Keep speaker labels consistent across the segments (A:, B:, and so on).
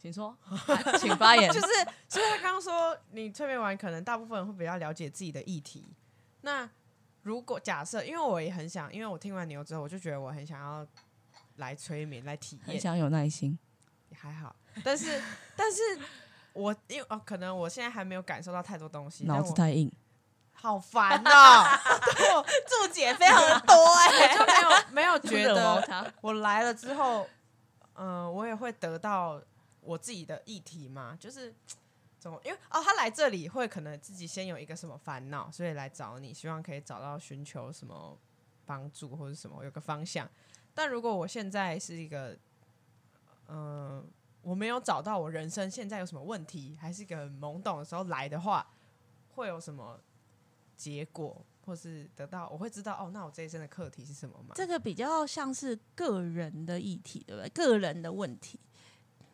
A: 请说， 啊请发言。
B: 就是，所以他刚刚说，你催眠完，可能大部分人会比较了解自己的议题。那如果假设，因为我也很想，因为我听完牛之后，我就觉得我很想要来催眠，来体
A: 很
B: 验，
A: 想有耐心，
B: 还好。但是，但是我因为哦，可能我现在还没有感受到太多东西，
A: 脑
B: 但
A: 子
B: 我
A: 太硬。
B: 好烦哦、
C: 注解非常的多哎、
B: 就没有没有觉
A: 惹毛
B: 得
A: 他
B: 我来了之后，嗯、我也会得到我自己的议题嘛，就是怎么？因为哦，他来这里会可能自己先有一个什么烦恼，所以来找你，希望可以找到寻求什么帮助或者什么有个方向。但如果我现在是一个，嗯、我没有找到我人生现在有什么问题，还是一个很懵懂的时候来的话，会有什么结果，或是得到我会知道哦，那我这一生的课题是什么吗？
C: 这个比较像是个人的议题，对不对？个人的问题，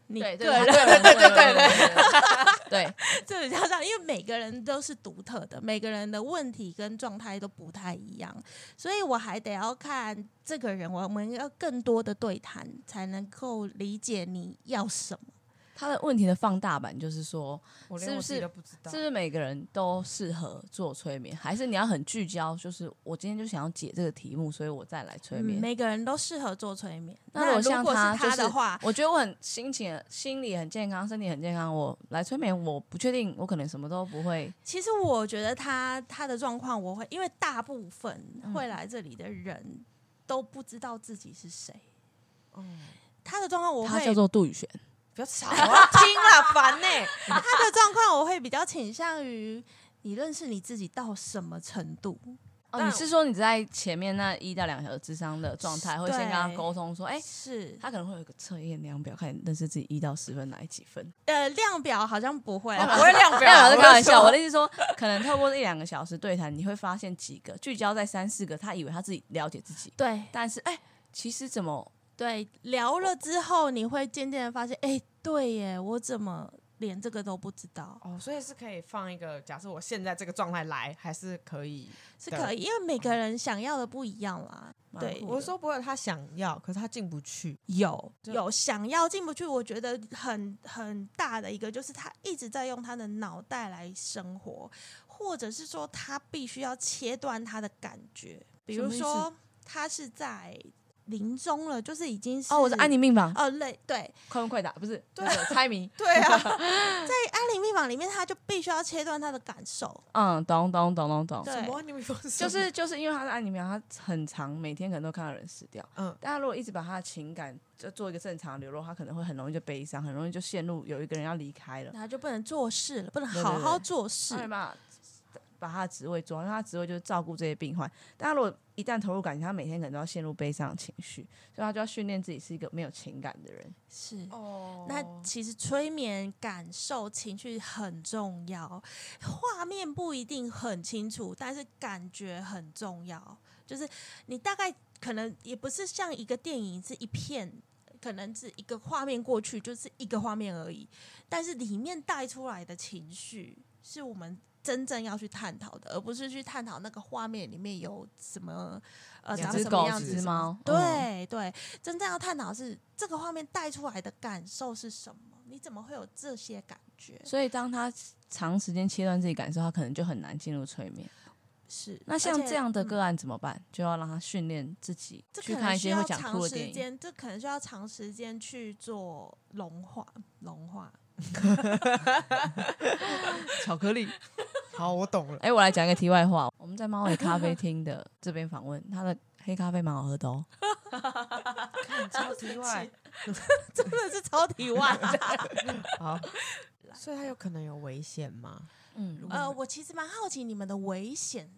C: 你个
A: 对
C: 人
A: 对对对对对对 对，
C: 这比较像，因为每个人都是独特的，每个人的问题跟状态都不太一样，所以我还得要看这个人，我们要更多的对谈，才能够理解你要什么。
A: 他的问题的放大版就是说，
B: 我
A: 是
B: 连
A: 不
B: 我自己
A: 是
B: 都不知道。
A: 是不是每个人都适合做催眠？还是你要很聚焦？就是我今天就想要解这个题目，所以我再来催
C: 嗯
A: 眠。
C: 每个人都适合做催眠。
A: 那
C: 那
A: 我
C: 如
A: 像
C: 果
A: 他
C: 是
A: 就
C: 他
A: 是
C: 的话，
A: 我觉得我很心情、心理很健康，身体很健康。我来催眠，我不确定，我可能什么都不会。
C: 其实我觉得他他的状况，我会因为大部分会来这里的人都不知道自己是谁。他的状况我
A: 他
C: 会
A: 叫做杜宇璇，
B: 不要吵，我要听了，烦呢、
C: 他的状况我会比较倾向于你认识你自己到什么程度。
A: 哦，
B: 但
A: 你是说你在前面那一到两小时智商的状态，会先跟他
C: 对
A: 沟通说，哎、
C: 是
A: 他可能会有一个测验量表，看你认识自己一到十分哪一几分。
C: 呃，量表好像不会啦，啊
B: 我会量
A: 没有，
B: 表，
A: 我在开玩笑。我
B: 的
A: 的意思是说， 可能透过一两个小时对谈，你会发现几个聚焦在三四个，他以为他自己了解自己，
C: 对
A: 但是哎、其实怎么
C: 对，聊了之后你会渐渐的发现，哎、对耶，我怎么连这个都不知道？
B: 哦，所以是可以放一个，假设我现在这个状态来，还是可以。
C: 是
B: 对
C: 可以，因为每个人想要的不一样啦。
A: 蛮
C: 对
A: 酷，的
B: 我是说不会，他想要，可是他进不去。
C: 有
B: 就
C: 有想要进不去，我觉得很很大的一个就是他一直在用他的脑袋来生活，或者是说他必须要切断他的感觉，比如
A: 什么
C: 说他是在临终了，就是已经是
A: 哦，我是安宁病房，
C: 哦类对，
A: 快问快答不是对猜谜，
B: 对 啊，
C: 在安宁病房里面，他就必须要切断他的感受，
A: 嗯，懂懂懂懂懂，
C: 对
B: 什么？你们说什
A: 就
B: 么
A: 是就是因为他是安宁病房，他很长，每天可能都看到人死掉。
B: 嗯
A: 但他如果一直把他的情感就做一个正常流露，他可能会很容易就悲伤，很容易就陷入有一个人要离开了，
C: 他就不能做事了，不能
A: 对对
C: 好好
A: 对
C: 做事
A: 他。没办法把他的职位做好，因为他的职位就是照顾这些病患。但他如果一旦投入感情，他每天可能都要陷入悲伤的情绪，所以他就要训练自己是一个没有情感的人。
C: 是
B: 哦
C: 那其实催眠、感受、情绪很重要，画面不一定很清楚，但是感觉很重要。就是你大概可能也不是像一个电影是一片，可能是一个画面过去就是一个画面而已，但是里面带出来的情绪是我们。真正要去探讨的，而不是去探讨那个画面里面有什么呃
B: 两
C: 长
B: 只
C: 什
B: 狗
C: 么样
B: 几
C: 子、
B: 只嗯
C: 什么
A: 猫
C: 对对，真正要探讨是这个画面带出来的感受是什么？你怎么会有这些感觉？
A: 所以当他长时间切断自己感受，他可能就很难进入催眠。
C: 是
A: 那像
C: 而且
A: 这样的
C: 嗯
A: 个案怎么办？就要让他训练自己
C: 这
A: 去
C: 可
A: 看
C: 能
A: 一
C: 需
A: 些会
C: 要
A: 讲哭
C: 长
A: 的电
C: 时
A: 影。
C: 间，这可能需要长时间去做融化，融化。
A: 巧克力。
B: 好，我懂了。
A: 哎、我来讲一个题外话。我们在猫尾咖啡厅 的这边访问，他的黑咖啡蛮好喝的哦。
B: 超题外，
C: 真的是超 题外。
B: 好，所以他有可能有危险吗？
A: 嗯，
C: 呃，我其实蛮好奇你们的危险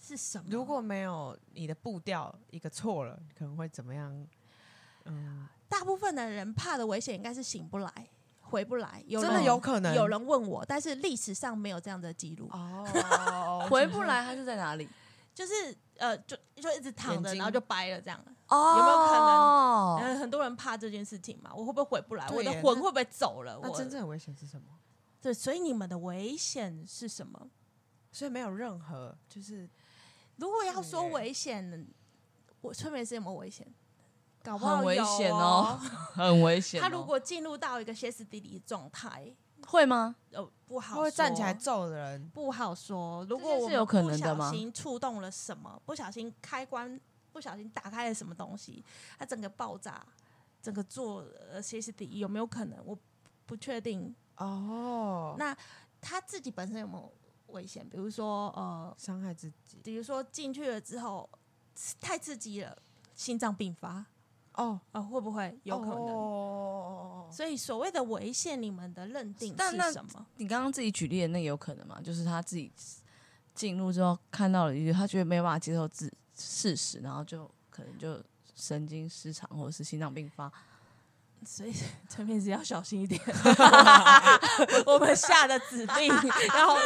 C: 是什么？
B: 如果没有你的步调一个错了，可能会怎么样？嗯，
C: 大部分的人怕的危险应该是醒不来、回不来，有
B: 真
C: 人
B: 的有可能
C: 有人问我，但是历史上没有这样的记录。
B: 哦
A: 回不来，他是在哪里？
C: 就是呃，就就一直躺着，
B: 眼睛
C: 然后就掰了这样。
A: 哦
C: 有没有可
A: 能？嗯
C: 呃，很多人怕这件事情嘛，我会不会回不来？
B: 对
C: 我的
B: 耶
C: 魂会不会走了？
B: 那
C: 我
B: 真正的危险是什么？
C: 对，所以你们的危险是什么？
B: 所以没有任何就是
C: 如果要
B: 是
C: 说
B: 耶
C: 危险，我催眠师有没有危险？搞不好、
A: 很危险
C: 哦
A: 哦。很危险哦、
C: 他如果进入到一个歇斯底里的状态，
A: 会吗？
C: 呃，不
B: 他
C: 好
B: 会站起来
C: 说
B: 揍人。
C: 不好说。
A: 这
C: 如果
A: 件
C: 我
A: 事
C: 们
A: 有可
C: 不
A: 能的
C: 小
A: 吗
C: 心触动了什么，不小心开关，不小心打开了什么东西，它整个爆炸，整个做呃歇斯底里有没有可能？我不确定
B: 哦
C: 那他自己本身有没有危险，比如说呃，
B: 伤害自己
C: 比如说进去了之后太刺激了，心脏病发，
B: 哦，
C: 呃，会不会有可能？
B: 能
C: 所以所谓的危险，你们的认定
A: 但那
C: 是什么？
A: 你刚刚自己举例的那有可能吗？就是他自己进入之后看到了一些，他觉得没有办法接受自事实，然后就可能就神经失常或者是心脏病发。
C: 所以陈平子要小心一 点，我们下的指令，然后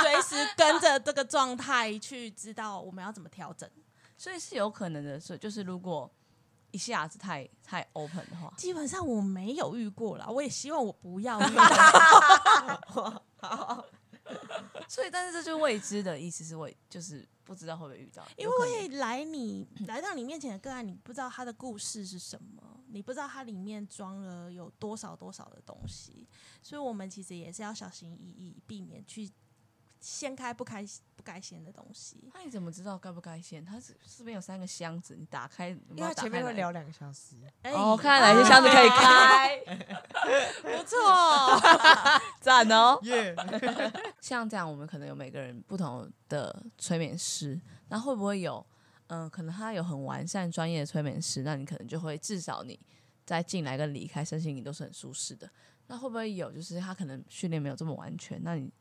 C: 随时跟着这个状态去知道我们要怎么调整。
A: 所以是有可能的，所以就是如果一下子太太 open 的 话，
C: 基本上我没有遇过啦，我也希望我不要 遇。
A: 所以但是这就是未知的意思是未，就是不知道会不会遇到，
C: 因
A: 有可能
C: 为 来你来到你面前的个案，你不知道他的故事是什么，你不知道它里面装了有多少多少的东西，所以我们其实也是要小心翼翼，避免去掀开不开不该掀的东西。
A: 那你怎么知道该不该先？它是是不是有三个箱子？你打开，因
B: 因为他前面会聊两个小时，
C: 哎
A: 哦，看来哪些箱子可以开，
C: 不错，
A: 赞哦。
B: 耶，
A: 像这样，我们可能有每个人不同的催眠师，那会不会有？嗯、可能他有很完善专业的催眠师，那你可能就会至少你在进来跟离开身心灵都是很舒适的。那会不会有就是他可能训练没有这么完全，那你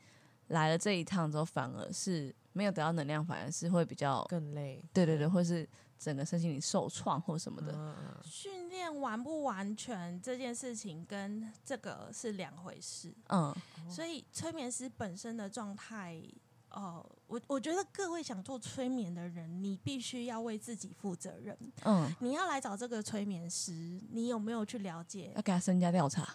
A: 来了这一趟之后，反而是没有得到能量，反而是会比较
B: 更累。
A: 对对对，或是整个身心灵受创或什么的。
B: 嗯，嗯
C: 训练完不完全这件事情跟这个是两回事。
A: 嗯，
C: 所以催眠师本身的状态，呃，我我觉得各位想做催眠的人，你必须要为自己负责任。
A: 嗯，
C: 你要来找这个催眠师，你有没有去了解
A: 要？给他身家调查。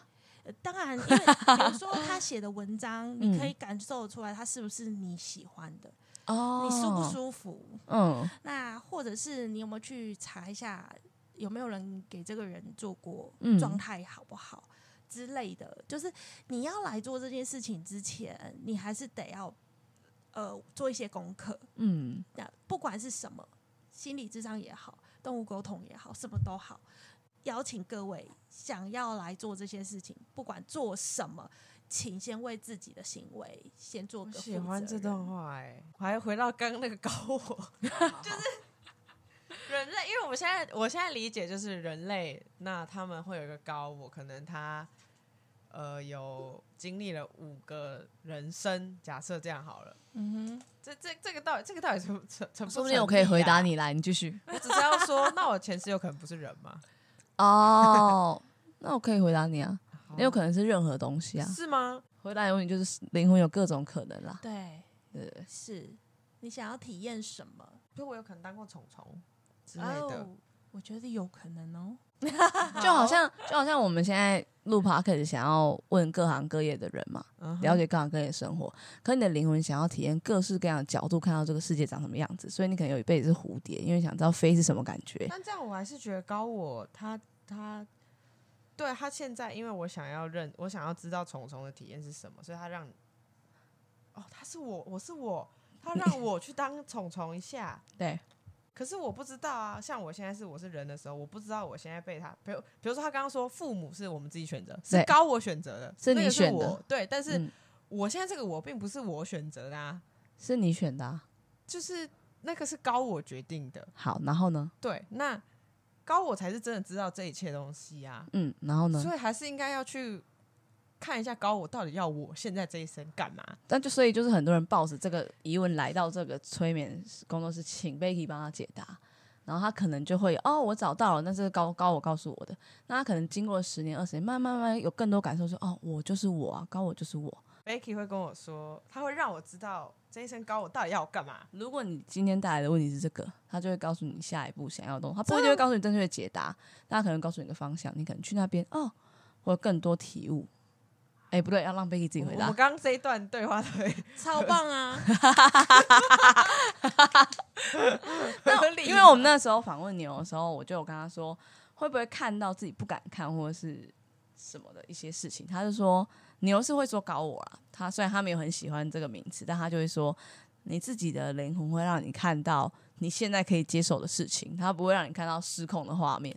C: 呃当然，因为比如说 他写的文章，你可以
A: 嗯
C: 感受出来他是不是你喜欢的，
A: 哦
C: 你舒不？舒服？
A: 嗯
C: 那或者是你有没有去查一下有没有人给这个人做过
A: 嗯，
C: 状态好不好之类的。就是你要来做这件事情之前，你还是得要呃做一些功课。
A: 嗯，
C: 那不管是什么，心理智商也好，动物沟通也好，什么都好，邀请各位想要来做这些事情，不管做什么，请先为自己的行为先做
B: 我
C: 个负责
B: 喜欢这
C: 任
B: 段话哎，我还回到刚刚那个高我，人类，因为我们现在我现在理解就是人类，那他们会有一个高我，可能他呃有经历了五个人生，假设这样好了。
C: 嗯
B: 这这这个到底这个到底成不成成不
A: 说不定我可以
B: 成立
A: 回
B: 啊
A: 答，你来，你继续。
B: 我只是要说，那我前世有可能不是人吗？
A: 哦， 那我可以回答你啊，
B: 好
A: 也有可能是任何东西啊。
B: 是吗？
A: 回答永远就是灵魂有各种可能啦
C: 哼，。对，
A: 对，
C: 是你想要体验什么
B: 就我有可能当过虫虫之类的，
C: 哦我觉得有可能哦。
A: 就好像就好像我们现在录 p o d c a s 想要问各行各业的人嘛，
B: 嗯哼
A: 了解各行各业的生活，可你的灵魂想要体验各式各样的角度，看到这个世界长什么样子，所以你可能有一辈子是蝴蝶，因为想知道飞是什么感觉。
B: 但这样我还是觉得高我他他，对他现在，因为我想要认，我想要知道虫虫的体验是什么，所以他让，哦，他是我，我是我，他让我去当虫虫一下。
A: 对，
B: 可是我不知道啊，像我现在是我是人的时候，我不知道我现在被他，比如比如说他刚刚说父母是我们自己选择，是
A: 对
B: 高我选择的，
A: 是
B: 那
A: 你
B: 个
A: 选的
B: 我，对，但是
A: 嗯
B: 我现在这个我并不是我选择的啊，
A: 是你选的啊。
B: 就是那个是高我决定的，
A: 好，然后呢？
B: 对，那高我才是真的知道这一切东西啊，
A: 嗯，然后呢？
B: 所以还是应该要去看一下高我到底要我现在这一生干嘛。
A: 但就所以就是很多人抱着这个疑问来到这个催眠工作室，请 Becky 帮他解答，然后他可能就会哦，我找到了，那是高高我告诉我的。那他可能经过十年二十年，慢慢慢慢有更多感受说，哦，我就是我啊，高我就是我。
B: Becky 会跟我说，他会让我知道这一生高我到底要我干嘛。
A: 如果你今天带来的问题是这个，他就会告诉你下一步想要的东西，他不一定会告诉你正确的解答，但他可能告诉你一个方向，你可能去那边哦，我有更多体悟。哎，不对，要让 Becky 自己
B: 我
A: 回
B: 们
A: 答
B: 刚。刚这一段对话对
C: 超棒啊！
B: 合理，
A: 因为我们那时候访问牛的时候，我就有跟他说，会不会看到自己不敢看或者是什么的一些事情。他就说牛是会说搞我啊，他虽然他没有很喜欢这个名词，但他就会说你自己的灵魂会让你看到你现在可以接受的事情，他不会让你看到失控的画面。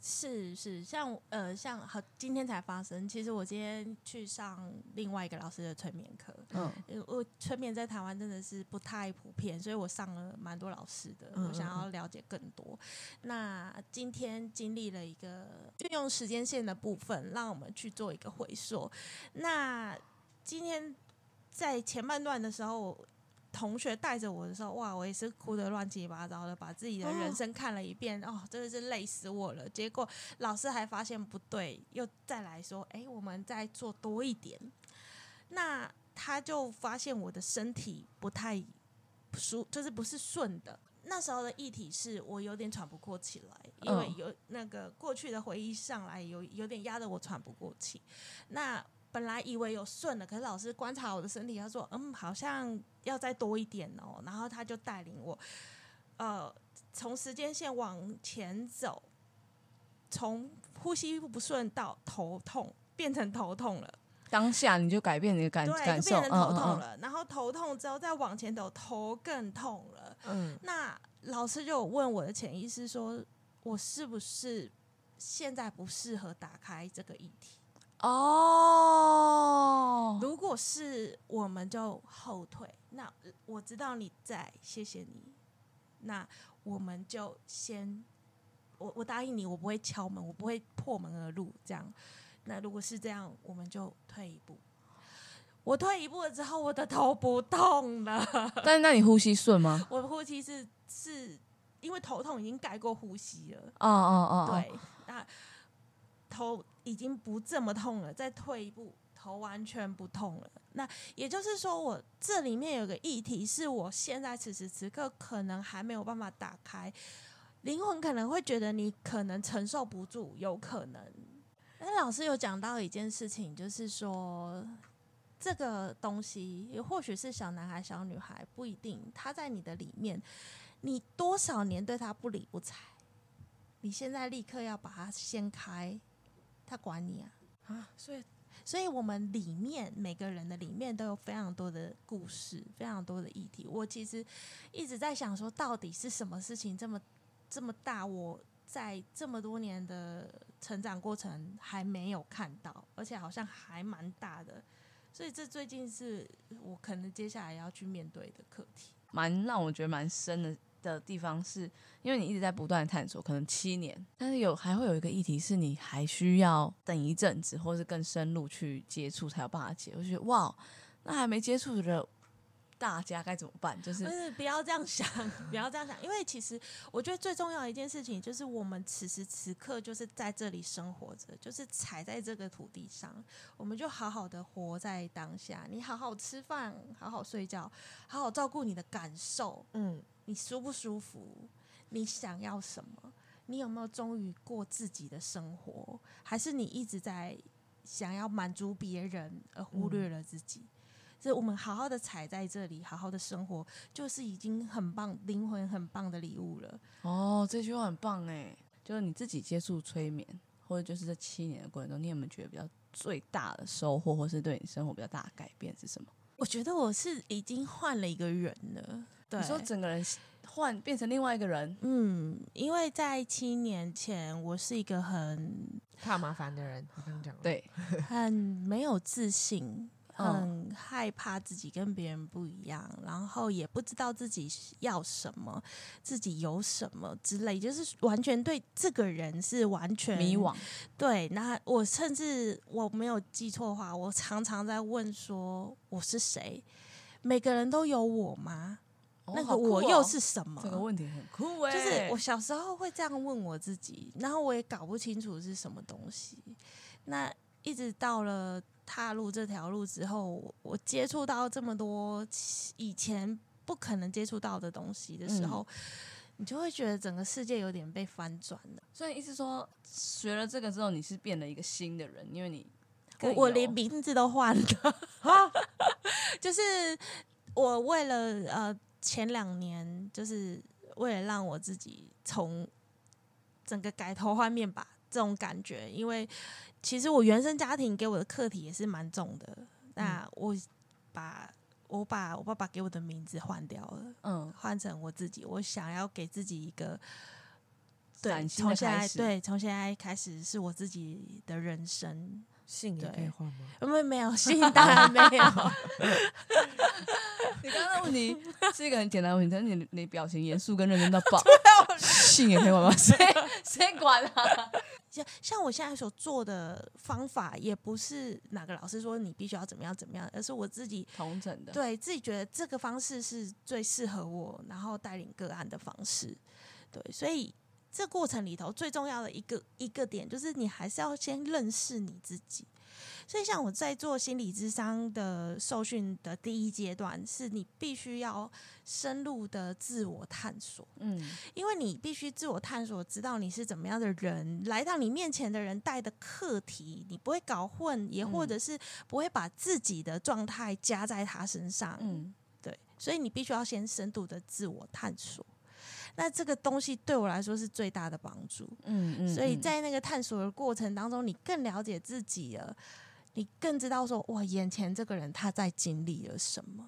C: 是是，像呃，像好，今天才发生。其实我今天去上另外一个老师的催眠课，
A: 嗯，
C: 呃我催眠在台湾真的是不太普遍，所以我上了蛮多老师的，
B: 嗯
C: 我想要了解更多。那今天经历了一个运用时间线的部分，让我们去做一个回溯。那今天在前半段的时候，我同学带着我的时候，哇，我也是哭得乱七八糟的，把自己的人生看了一遍，哦，真的是累死我了。结果老师还发现不对，又再来说，哎，我们再做多一点。那他就发现我的身体不太舒，就是不是顺的。那时候的议题是我有点喘不过气来，因为
A: 嗯
C: 有那个过去的回忆上来，有有点压得我喘不过气。那本来以为有顺了，可是老师观察我的身体，他说：“嗯，好像要再多一点哦。”然后他就带领我，呃，从时间线往前走，从呼吸不顺到头痛，变成头痛了。
A: 当下你就改变你的感
C: 对，
A: 感
C: 就
A: 受，
C: 变成头
A: 嗯
C: 痛
A: 嗯嗯
C: 了。然后头痛之后再往前走，头更痛了。
B: 嗯，
C: 那老师就有问我的潜意识说，我是不是现在不适合打开这个议题？
A: 哦，
C: 如果是，我们就后退。那呃我知道你在，谢谢你。那我们就先，我我答应你，我不会敲门，我不会破门而入。这样，那如果是这样，我们就退一步。我退一步了之后，我的头不痛了。
A: 但是那你呼吸顺吗？
C: 我的呼吸是是因为头痛已经盖过呼吸了，
A: 哦哦哦，哦，
C: 对，那头已经不这么痛了，再退一步，头完全不痛了。那也就是说，我这里面有个议题是我现在此时此刻可能还没有办法打开，灵魂可能会觉得你可能承受不住，有可能。那老师有讲到一件事情，就是说。这个东西也或许是小男孩、小女孩，不一定。他在你的里面，你多少年对他不理不睬，你现在立刻要把它掀开，他管你啊！
B: 啊，所以
C: 所以我们里面每个人的里面都有非常多的故事，非常多的议题。我其实一直在想说，到底是什么事情这么这么大？我在这么多年的成长过程还没有看到，而且好像还蛮大的。所以这最近是我可能接下来要去面对的课题。
A: 蛮让我觉得蛮深的的地方是，因为你一直在不断地探索，可能七年，但是有还会有一个议题是你还需要等一阵子，或是更深入去接触才有办法解。我就觉得哇，那还没接触的大家该怎么办？就是
C: 不是不要这样想， 不要这样想，因为其实我觉得最重要的一件事情就是我们此时此刻就是在这里生活着，就是踩在这个土地上，我们就好好的活在当下。你好好吃饭，好好睡觉，好好照顾你的感受，
B: 嗯，
C: 你舒不舒服？你想要什么？你有没有终于过自己的生活？还是你一直在想要满足别人而忽略了自己？所以我们好好的踩在这里，好好的生活，就是已经很棒，灵魂很棒的礼物了。
A: 哦，这句话很棒哎，就是你自己接触催眠，或者就是这七年的过程中，你有没有觉得比较最大的收获，或是对你生活比较大的改变是什么？
C: 我觉得我是已经换了一个人了。对，
A: 你说整个人换变成另外一个人，
C: 嗯，因为在七年前，我是一个很
B: 怕麻烦的人，好像讲了，
A: 对，
C: 很没有自信，
A: 嗯
C: 很害怕自己跟别人不一样，然后也不知道自己要什么，自己有什么之类，就是完全对这个人是完全
A: 迷惘。
C: 对，那我甚至我没有记错的话，我常常在问说我是谁？每个人都有我吗？
A: 哦
C: 那
A: 好
C: 个
A: 酷
C: 我
A: 哦
C: 又是什么？
A: 这个问题很酷哎、
C: 就是我小时候会这样问我自己，然后我也搞不清楚是什么东西。那一直到了踏入这条路之后，我我接触到这么多以前不可能接触到的东西的时候，你就会觉得整个世界有点被翻转了。
A: 所以意思说，学了这个之后，你是变了一个新的人，因为你
C: 我
A: 更
C: 我
A: 有
C: 连名字都 换了，
A: 啊
C: 就是我为了呃前两年，就是为了让我自己从整个改头换面吧，这种感觉。因为其实我原生家庭给我的课题也是蛮重的，
A: 嗯
C: 那我把我把我爸爸给我的名字换掉了，
A: 嗯，
C: 换成我自己，我想要给自己一个。对，
A: 崭新
C: 从
A: 的
C: 现
A: 开
C: 在
A: 始，
C: 对，从现在开始是我自己的人生，
B: 姓也可以换吗？
C: 呃没没有信当然没有，
A: 你刚刚的问题是一个很简单的问题，但是你你表情严肃跟认真到 爆，
C: 啊
A: 信也可以玩吗？谁谁管啊？
C: 像像我现在所做的方法，也不是哪个老师说你必须要怎么样怎么样，而是我自己
A: 同整的，
C: 对自己觉得这个方式是最适合我，然后带领个案的方式。对，所以这过程里头最重要的一个一个点，就是你还是要先认识你自己。所以，像我在做心理智商的受训的第一阶段，是你必须要深入的自我探索。
A: 嗯，
C: 因为你必须自我探索，知道你是怎么样的人，来到你面前的人带的课题，你不会搞混，也
A: 嗯
C: 或者是不会把自己的状态加在他身上。
A: 嗯，
C: 对，所以你必须要先深度的自我探索。那这个东西对我来说是最大的帮助。
A: 嗯嗯，
C: 所以在那个探索的过程当中，你更了解自己了，你更知道说，哇，眼前这个人他在经历了什么。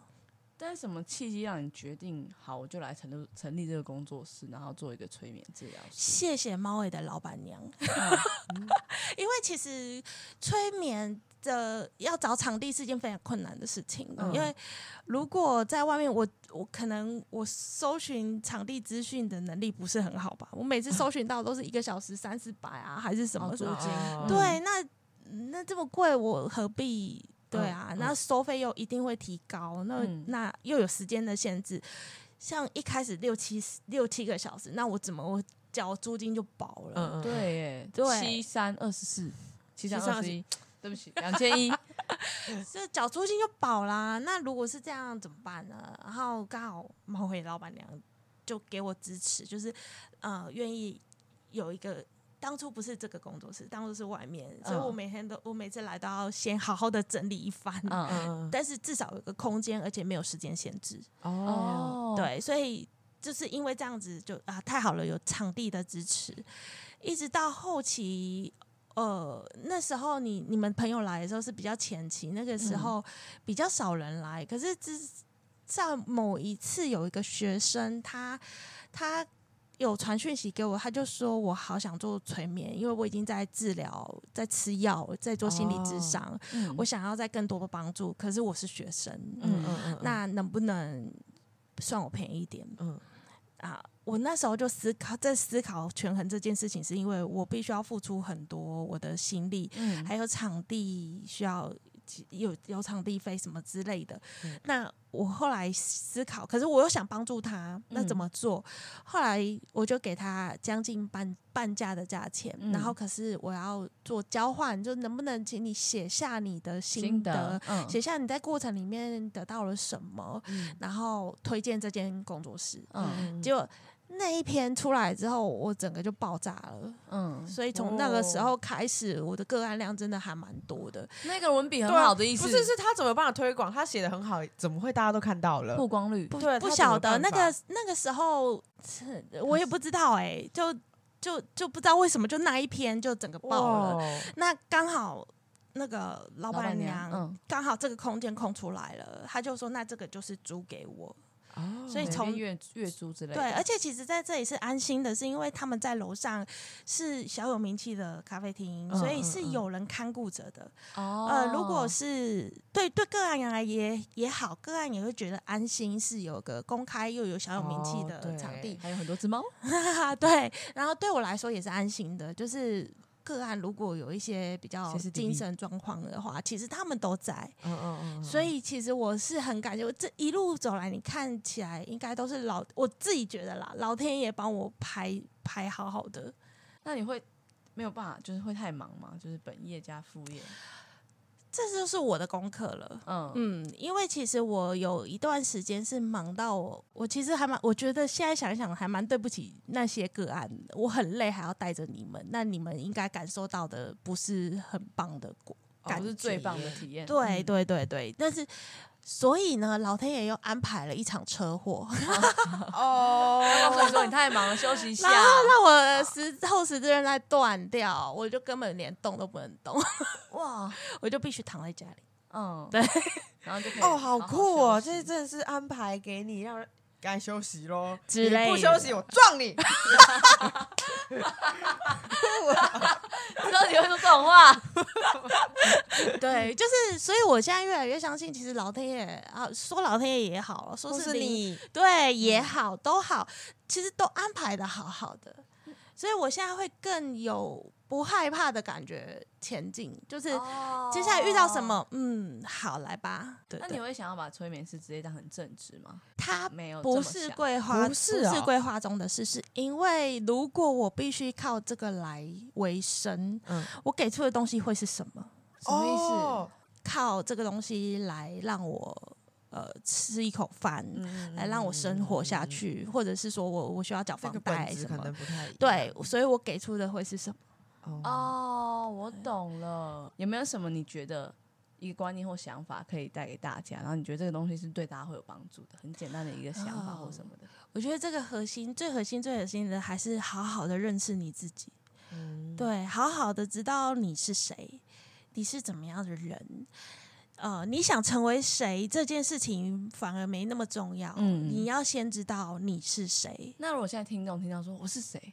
A: 但是什么契机让你决定好，我就来成立成立这个工作室，然后做一个催眠治疗师？
C: 谢谢猫尾的老板娘。因为其实催眠的要找场地是一件非常困难的事情，
A: 嗯
C: 因为如果在外面我，我可能我搜寻场地资讯的能力不是很好吧，我每次搜寻到都是一个小时三四百啊，还是什么
A: 哦
C: 什
A: 租
C: 么，
A: 金
B: 哦
C: 对，那嗯那这么贵，我何必？对啊，
A: 嗯嗯
C: 那收费又一定会提高，那、
A: 嗯
C: 那又有时间的限制。像一开始六七十六七个小时，那我怎么我缴租金就薄了？
B: 嗯嗯，
A: 对耶，
C: 对
A: 七三二十四，七三
B: 73
A: 二十一， 对不起，两千一，嗯
C: 这缴租金就饱啦。那如果是这样怎么办呢？然后刚好猫尾老板娘就给我支持，就是呃愿意有一个。当初不是这个工作室，当初是外面，所以
A: 嗯
C: 我每天都，我每次来都要先好好的整理一番，
A: 嗯嗯，
B: 嗯
C: 但是至少有一个空间，而且没有时间限制。
B: 嗯
A: 哦，，
B: 哦，
C: 对，所以就是因为这样子就啊太好了，有场地的支持，一直到后期。呃，那时候你你们朋友来的时候是比较前期，那个
B: 嗯
C: 时候比较少人来。可是之在某一次有一个学生，他他有传讯息给我，他就说我好想做催眠，因为我已经在治疗，在吃药，在做心理
B: 哦
C: 智商，
A: 嗯
C: 我想要再更多的帮助。可是我是学生，
B: 嗯嗯嗯，
C: 那能不能算我便宜一点
B: 嗯
C: 啊？我那时候就思考，在思考权衡这件事情，是因为我必须要付出很多我的心力，
A: 嗯
C: 还有场地需要有有场地费什么之类的
B: 嗯。
C: 那我后来思考，可是我又想帮助他，那怎么做？后来我就给他将近半半价的价钱，
A: 嗯
C: 然后可是我要做交换，就能不能请你写下你的
A: 心
C: 心得
A: 得，嗯
C: 写下你在过程里面得到了什么，
B: 嗯
C: 然后推荐这间工作室。
A: 嗯
C: 结果那一篇出来之后，我整个就爆炸了。
A: 嗯，
C: 所以从那个时
B: 哦
C: 候开始，我的个案量真的还蛮多的。
A: 那个文笔很
B: 对啊
A: 好的意思，
B: 不是是他怎么帮他推广？他写的很好，怎么会大家都看到了？
A: 曝光率，
C: 不
B: 对啊
C: 不
B: 哦他
C: 晓
B: 怎么
C: 得那
B: 办
C: 个
B: 法
C: 那个时候，我也不知道哎、就就就不知道为什么就那一篇就整个 爆了。
B: 哇，
C: 那刚好那个老
A: 老
C: 板
A: 板
C: 娘
A: 嗯，
C: 刚好这个空间空出来了，她就说那这个就是租给我。
B: 哦
C: 所以从
A: 每天月月租之类的，
C: 对，而且其实在这里是安心的，是因为他们在楼上是小有名气的咖啡厅，
B: 嗯
C: 所以
B: 嗯
C: 是
B: 嗯
C: 有人看顾着的。
A: 哦，
C: 呃，如果是对对个案来也也好，个案也会觉得安心，是有个公开又有小有名气
B: 哦
C: 的
B: 对
C: 场地，啊
A: 还有很多只猫，
C: 对。然后对我来说也是安心的，就是个案如果有一些比较
B: 歇斯底里
C: 精神状况的话，其实他们都在。
B: 嗯嗯嗯，
C: 所以其实我是很感谢，我这一路走来，你看起来应该都是老我自己觉得啦，老天爷帮我排排好好的。
A: 那你会没有办法，就是会太忙嘛，就是本业加副业，
C: 这就是我的功课了。
A: 嗯
C: 嗯，因为其实我有一段时间是忙到我，我其实还蛮，我觉得现在想一想还蛮对不起那些个案的，我很累，还要带着你们，那你们应该感受到的不是很棒的果，
A: 哦不是最棒的
B: 感觉
A: 体验，
C: 对
A: 嗯，
C: 对对对，但是所以呢，老天爷又安排了一场车祸，
B: 哦，
A: 所以说你太忙了，休息一下
C: 然。后让我的十后十字韧带断掉，我就根本连动都不能动，
A: 哇，
C: 我就必须躺在家里。
A: 嗯，
C: 对，
A: 然后就可以
B: 哦，好酷哦！
A: 休息
B: 这真的是安排给你，让人该休息喽。
C: 之
B: 你
C: 类
B: 不
C: 的
B: 休息我撞你。
A: 知道你会说这种话，
C: 对，就是，所以我现在越来越相信，其实老天爷啊，说老天爷也好，说
B: 或
C: 是
B: 是
C: 灵
B: 你
C: 对也好，都好，其实都安排的好好的，所以我现在会更有不害怕的感觉前进，就是
A: 哦
C: 接下来遇到什么，嗯，好来吧，对
A: 那
C: 对
A: 你会想要把催眠师直接当很正直吗？
C: 它
A: 没哦有这
C: 不
A: 么
C: 是
A: 想
C: 桂花，
B: 不是哦
C: 桂花中的事，是因为如果我必须靠这个来为生，
B: 嗯
C: 我给出的东西会是什么？
A: 什么意思？
B: 哦
C: 靠这个东西来让我呃吃一口饭，
A: 嗯
C: 来让我生活下去，或者是说我我需要缴
B: 嗯这
C: 房
B: 个
C: 贷
B: 本质
C: 什
B: 可
C: 么
B: 能。不太一样
C: 对，所以我给出的会是什么？
B: 哦，
A: 哦，我懂了。有没有什么你觉得一个观念或想法可以带给大家？然后你觉得这个东西是对大家会有帮助的，很简单的一个想法或什么的。
C: 我觉得这个核心、最核心、最核心的还是好好的认识你自己。
A: 嗯
C: 对，好好的知道你是谁，你是怎么样的人。呃，你想成为谁这件事情反而没那么重要。
A: 嗯
C: 你要先知道你是谁。
A: 那如果现在听众听到说我是谁，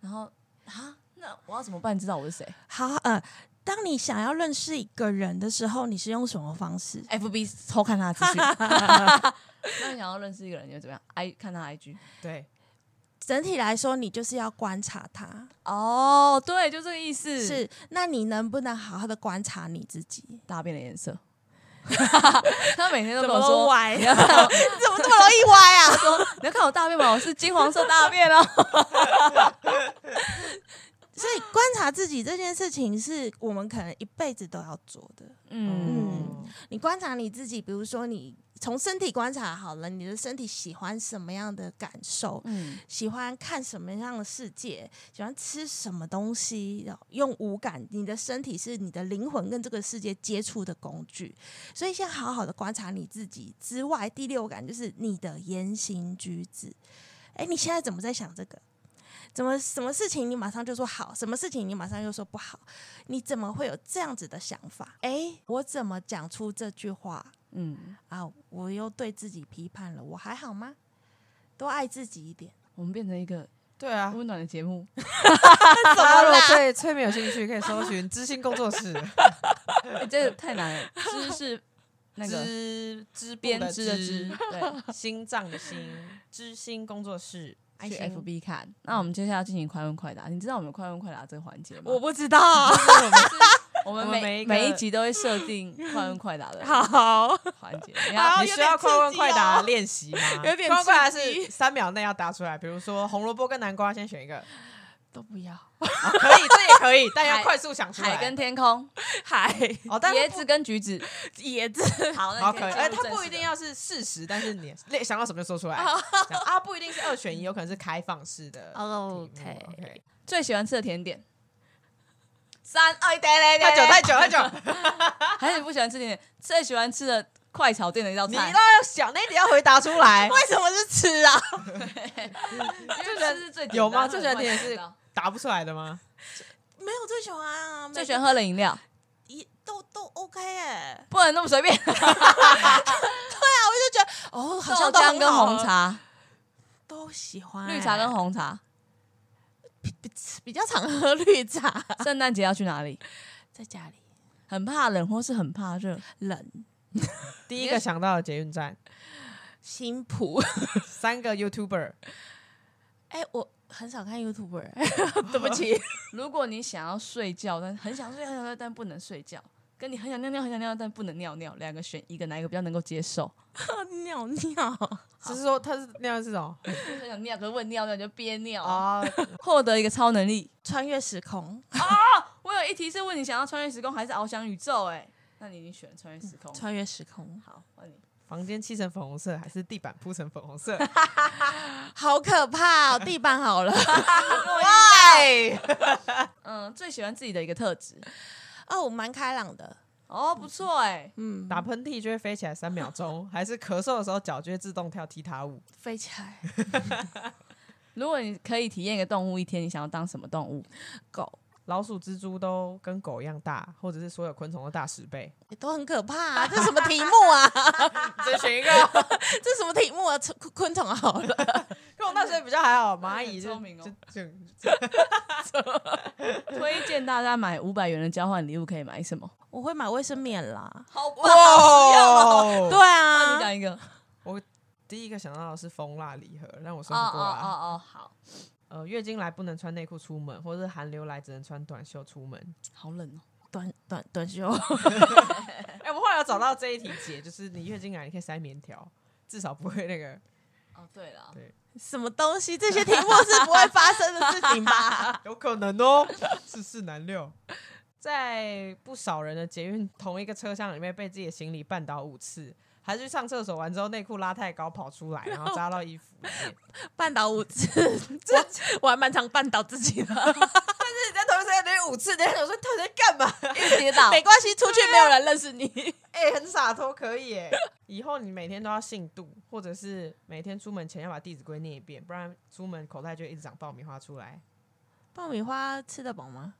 A: 然后啊，那我要怎么办知道我是谁
C: 好，呃，当你想要认识一个人的时候，你是用什么方式？
A: ？FB 偷看他的资 讯。那你想要认识一个人，你会怎么样？I 看他 IG。
B: 对，
C: 整体来说，你就是要观察他。
A: 哦，对，就这个意思。
C: 是，那你能不能好好的观察你自己？
A: 大便的颜 色。他每天都跟我
C: 都
A: 说
C: 歪
A: 你要看我
C: 你怎么这么容易歪啊？
A: 说你要看我大便吗？我是金黄色大便哦。
C: 所以观察自己这件事情是我们可能一辈子都要做的。
A: 嗯，
B: 哦
C: 你观察你自己，比如说你从身体观察好了，你的身体喜欢什么样的感受，
A: 嗯
C: 喜欢看什么样的世界，喜欢吃什么东西，然后用五感，你的身体是你的灵魂跟这个世界接触的工具，所以先好好的观察你自己之外，第六感就是你的言行举止。哎，你现在怎么在想这个？怎么什么事情你马上就说好，什么事情你马上又说不好？你怎么会有这样子的想法？哎，我怎么讲出这句话？
A: 嗯，
C: 啊，我又对自己批判了，我还好吗？多爱自己一点。
A: 我们变成一个
B: 对啊，
A: 温暖的节目。
B: 大家如果对催眠有兴趣，可以搜寻知心工作室
A: 哎，这个太难了，知是那个
B: 知知
A: 编
B: 部的
A: 织的织，
B: 知，
A: 对，
B: 心脏的心，知心工作室。
C: 爱
A: 去
C: 心
A: FB 看。那我们接下来进行快问快答，你知道我们有快问快答这个环节吗？
C: 不知道，
A: 我们是我们
B: 我们每
A: 每
B: 一个
A: 每一集都会设定快问快答 的
C: 好，
A: 环节。你
C: 好
A: 要
B: 你
C: 有
B: 需
C: 点
B: 要快问
C: 刺激
B: 快答
C: 哦
B: 练习 吗？
C: 有点
B: 快问快答
C: 刺激
B: 是三秒内要答出来，比如说红萝卜跟南瓜，先选一个，
C: 都不要
B: 啊可以，这也可以，但要
A: 海
B: 快速想出来。
A: 海跟天空，
C: 海
B: 哦，但
A: 椰
B: 是
A: 子跟橘子。
C: 椰子，
A: 好，那
B: 好
A: 你
B: 可
A: 可
B: 以，
A: 以。
B: 哎，它不一定。要是事实，但是你列想到什么就说出来这样啊，不一定是二选一，有可能是开放式的题目。
C: 哦，OK
B: OK，
A: 最喜欢吃的甜点。三哦二一，得嘞
B: 太久太久太久，
A: 还是你不喜欢吃甜点？最喜欢吃的快炒店的一道
B: 你
A: 菜，
B: 都要想那一点要回答出 来，
C: 为什么是吃啊？
A: 因为吃是最简单
B: 有吗
A: 最
B: 最
A: 喜欢
B: 喜欢甜点是答不出来的吗？
C: 没有最喜欢啊，
A: 最喜欢喝的饮 料，
C: 一都都 OK 哎，
A: 不能那么随便。
C: 哦，好
A: 豆
C: 像都
A: 浆
C: 很
A: 跟
C: 好
A: 红
C: 喝
A: 茶，
C: 都喜欢欸，
A: 绿茶跟红茶。
C: 比较常喝绿茶，
A: 圣诞节要去哪里？
C: 在家里
A: 很怕冷或是很怕热？
C: 冷
B: 第一个想到的捷运站，
C: 新浦，
B: 三个 YouTuber，
C: 哎，我很少看 YouTuber，对 不起，
A: 如果你想要睡觉，但很想睡很想睡，但不能睡觉。跟你很想尿尿很想尿，但不能尿尿，两个选一个，哪一个比较能够接受？
C: 哦尿尿，
B: 就是说他是那样这种
A: 很想尿，可是问尿尿就憋尿啊！
B: 啊，
A: 获得一个超能力，
C: 穿越时空，
A: 我有一题是问你想要穿越时空还是翱翔宇宙、欸？哎，那你已经选了穿越时空。
C: 穿越时空，
A: 好，换你。
B: 房间漆成粉红色还是地板铺成粉 红色？
C: 好可怕哦，地板好了。
B: 哎，
A: 嗯，最喜欢自己的一个特质，
C: 哦，我蛮开朗的，
A: 哦，不错哎、
C: 嗯，
B: 打喷嚏就会飞起来三秒钟，还是咳嗽的时候脚就会自动跳踢踏舞？
C: 飞起来，
A: 如果你可以体验一个动物一天，你想要当什么动 物？
C: 狗
B: 老鼠、蜘蛛都跟狗一样大，或者是所有昆虫都大十倍。
C: 也都很可怕、 啊，这什么题目啊？
B: 再选一个，
C: 这什么题目啊？昆昆虫好了，
B: 跟我那时候比较还好，蚂蚁
A: 很
B: 就
A: 聪明哦
B: 就就
A: 推荐大家买五百元的交换礼物，可以买什么？
C: 我会买卫生棉啦。
A: 好哦不
B: 哇！
C: 对啊
A: 你，讲一个。
B: 第一个想到的是蜂蜡礼盒，让我
A: 哦
B: 算不啊
A: 哦
B: 过来。
A: 哦哦，好，
B: 呃，月经来不能穿内裤出门，或者是寒流来只能穿短袖出门。
A: 好冷哦。
C: 短短短袖，
B: 哎、我后来有找到这一题解，就是你月经来你可以塞棉条，至少不会那个。
A: 哦，对了，
C: 什么东西？这些题目是不会发生的事情 吧？
B: 有可能哦，世事难料。在不少人的捷运同一个车厢里面，被自己的行李绊倒五次，还去上厕所完之后内裤拉太高跑出来，然后扎到衣服里 面。
C: 绊倒五次，这 我还蛮常绊倒自己的，
B: 你在同一个车厢里面五次，你在想说到底在干嘛？
A: 又跌倒
C: 没关系，出去没有人认识你。
B: 哎、很洒脱，可以哎。以后你每天都要姓杜，或者是每天出门前要把《弟子规》念一遍，不然出门口袋就一直长爆米花出来，
C: 爆米花吃得饱吗？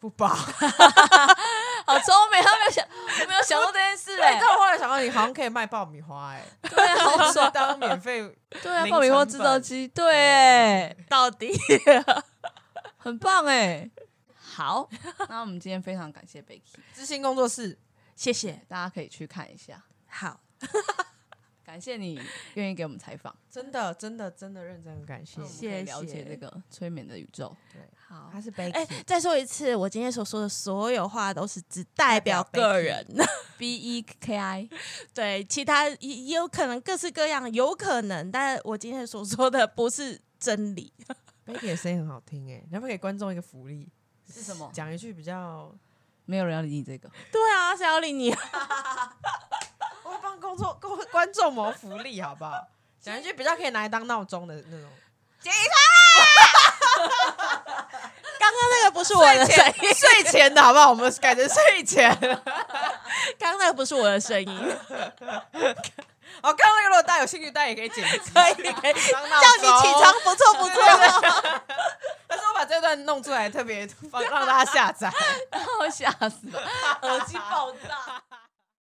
B: 不饱。
A: 好聪明，他没有想，我没有想过这件事
B: 哎、
A: 哎
B: 但。我后来想到，你好像可以卖爆米花哎、
A: 对啊，好爽。
B: 当免费
A: 对啊，
B: 零
A: 爆米花
B: 成
A: 制
B: 本
A: 造机，对，哎，
C: 到底
A: 很棒哎。好， 那我们今天非常感谢 Becky，
B: 知心工作室。
C: 谢谢，
A: 大家可以去看一下。
C: 好，
A: 感谢你愿意给我们采访，
B: 真的，真的，真的认真很感谢
A: 让
B: 你
A: 我。们可以了
C: 谢
A: 解
C: 谢
A: 这个催眠的宇宙。
C: 好
B: 他。是 b e
C: 哎、再说一次，我今天所说的所有话都是只代表个人，
A: B E K I，
C: 对，其他也也有可能各式各样，有可能，但我今天所说的不是真理。
B: b e 的声音很好听哎、你要不要给观众一个福利，
A: 是什么
B: 讲一句比较，
A: 没有人要理你这 个。
C: 对啊，谁要 理你？
B: 我会帮工作 观观众谋福利，好不好？讲一句比较可以拿来当闹钟的那种。
C: 刚刚那个不是我的声音，
B: 睡前的好不好？我们改成睡前。
C: 刚刚那个不是我的声音，叫
B: 哦，刚刚那个如果大家有兴趣，大家也可以剪辑，可以可以当闹
C: 你起床
B: 钟。
C: 不错不错。
B: 但是我把这段弄出来，特别放让大家下载。
A: 我吓死了，耳机爆炸。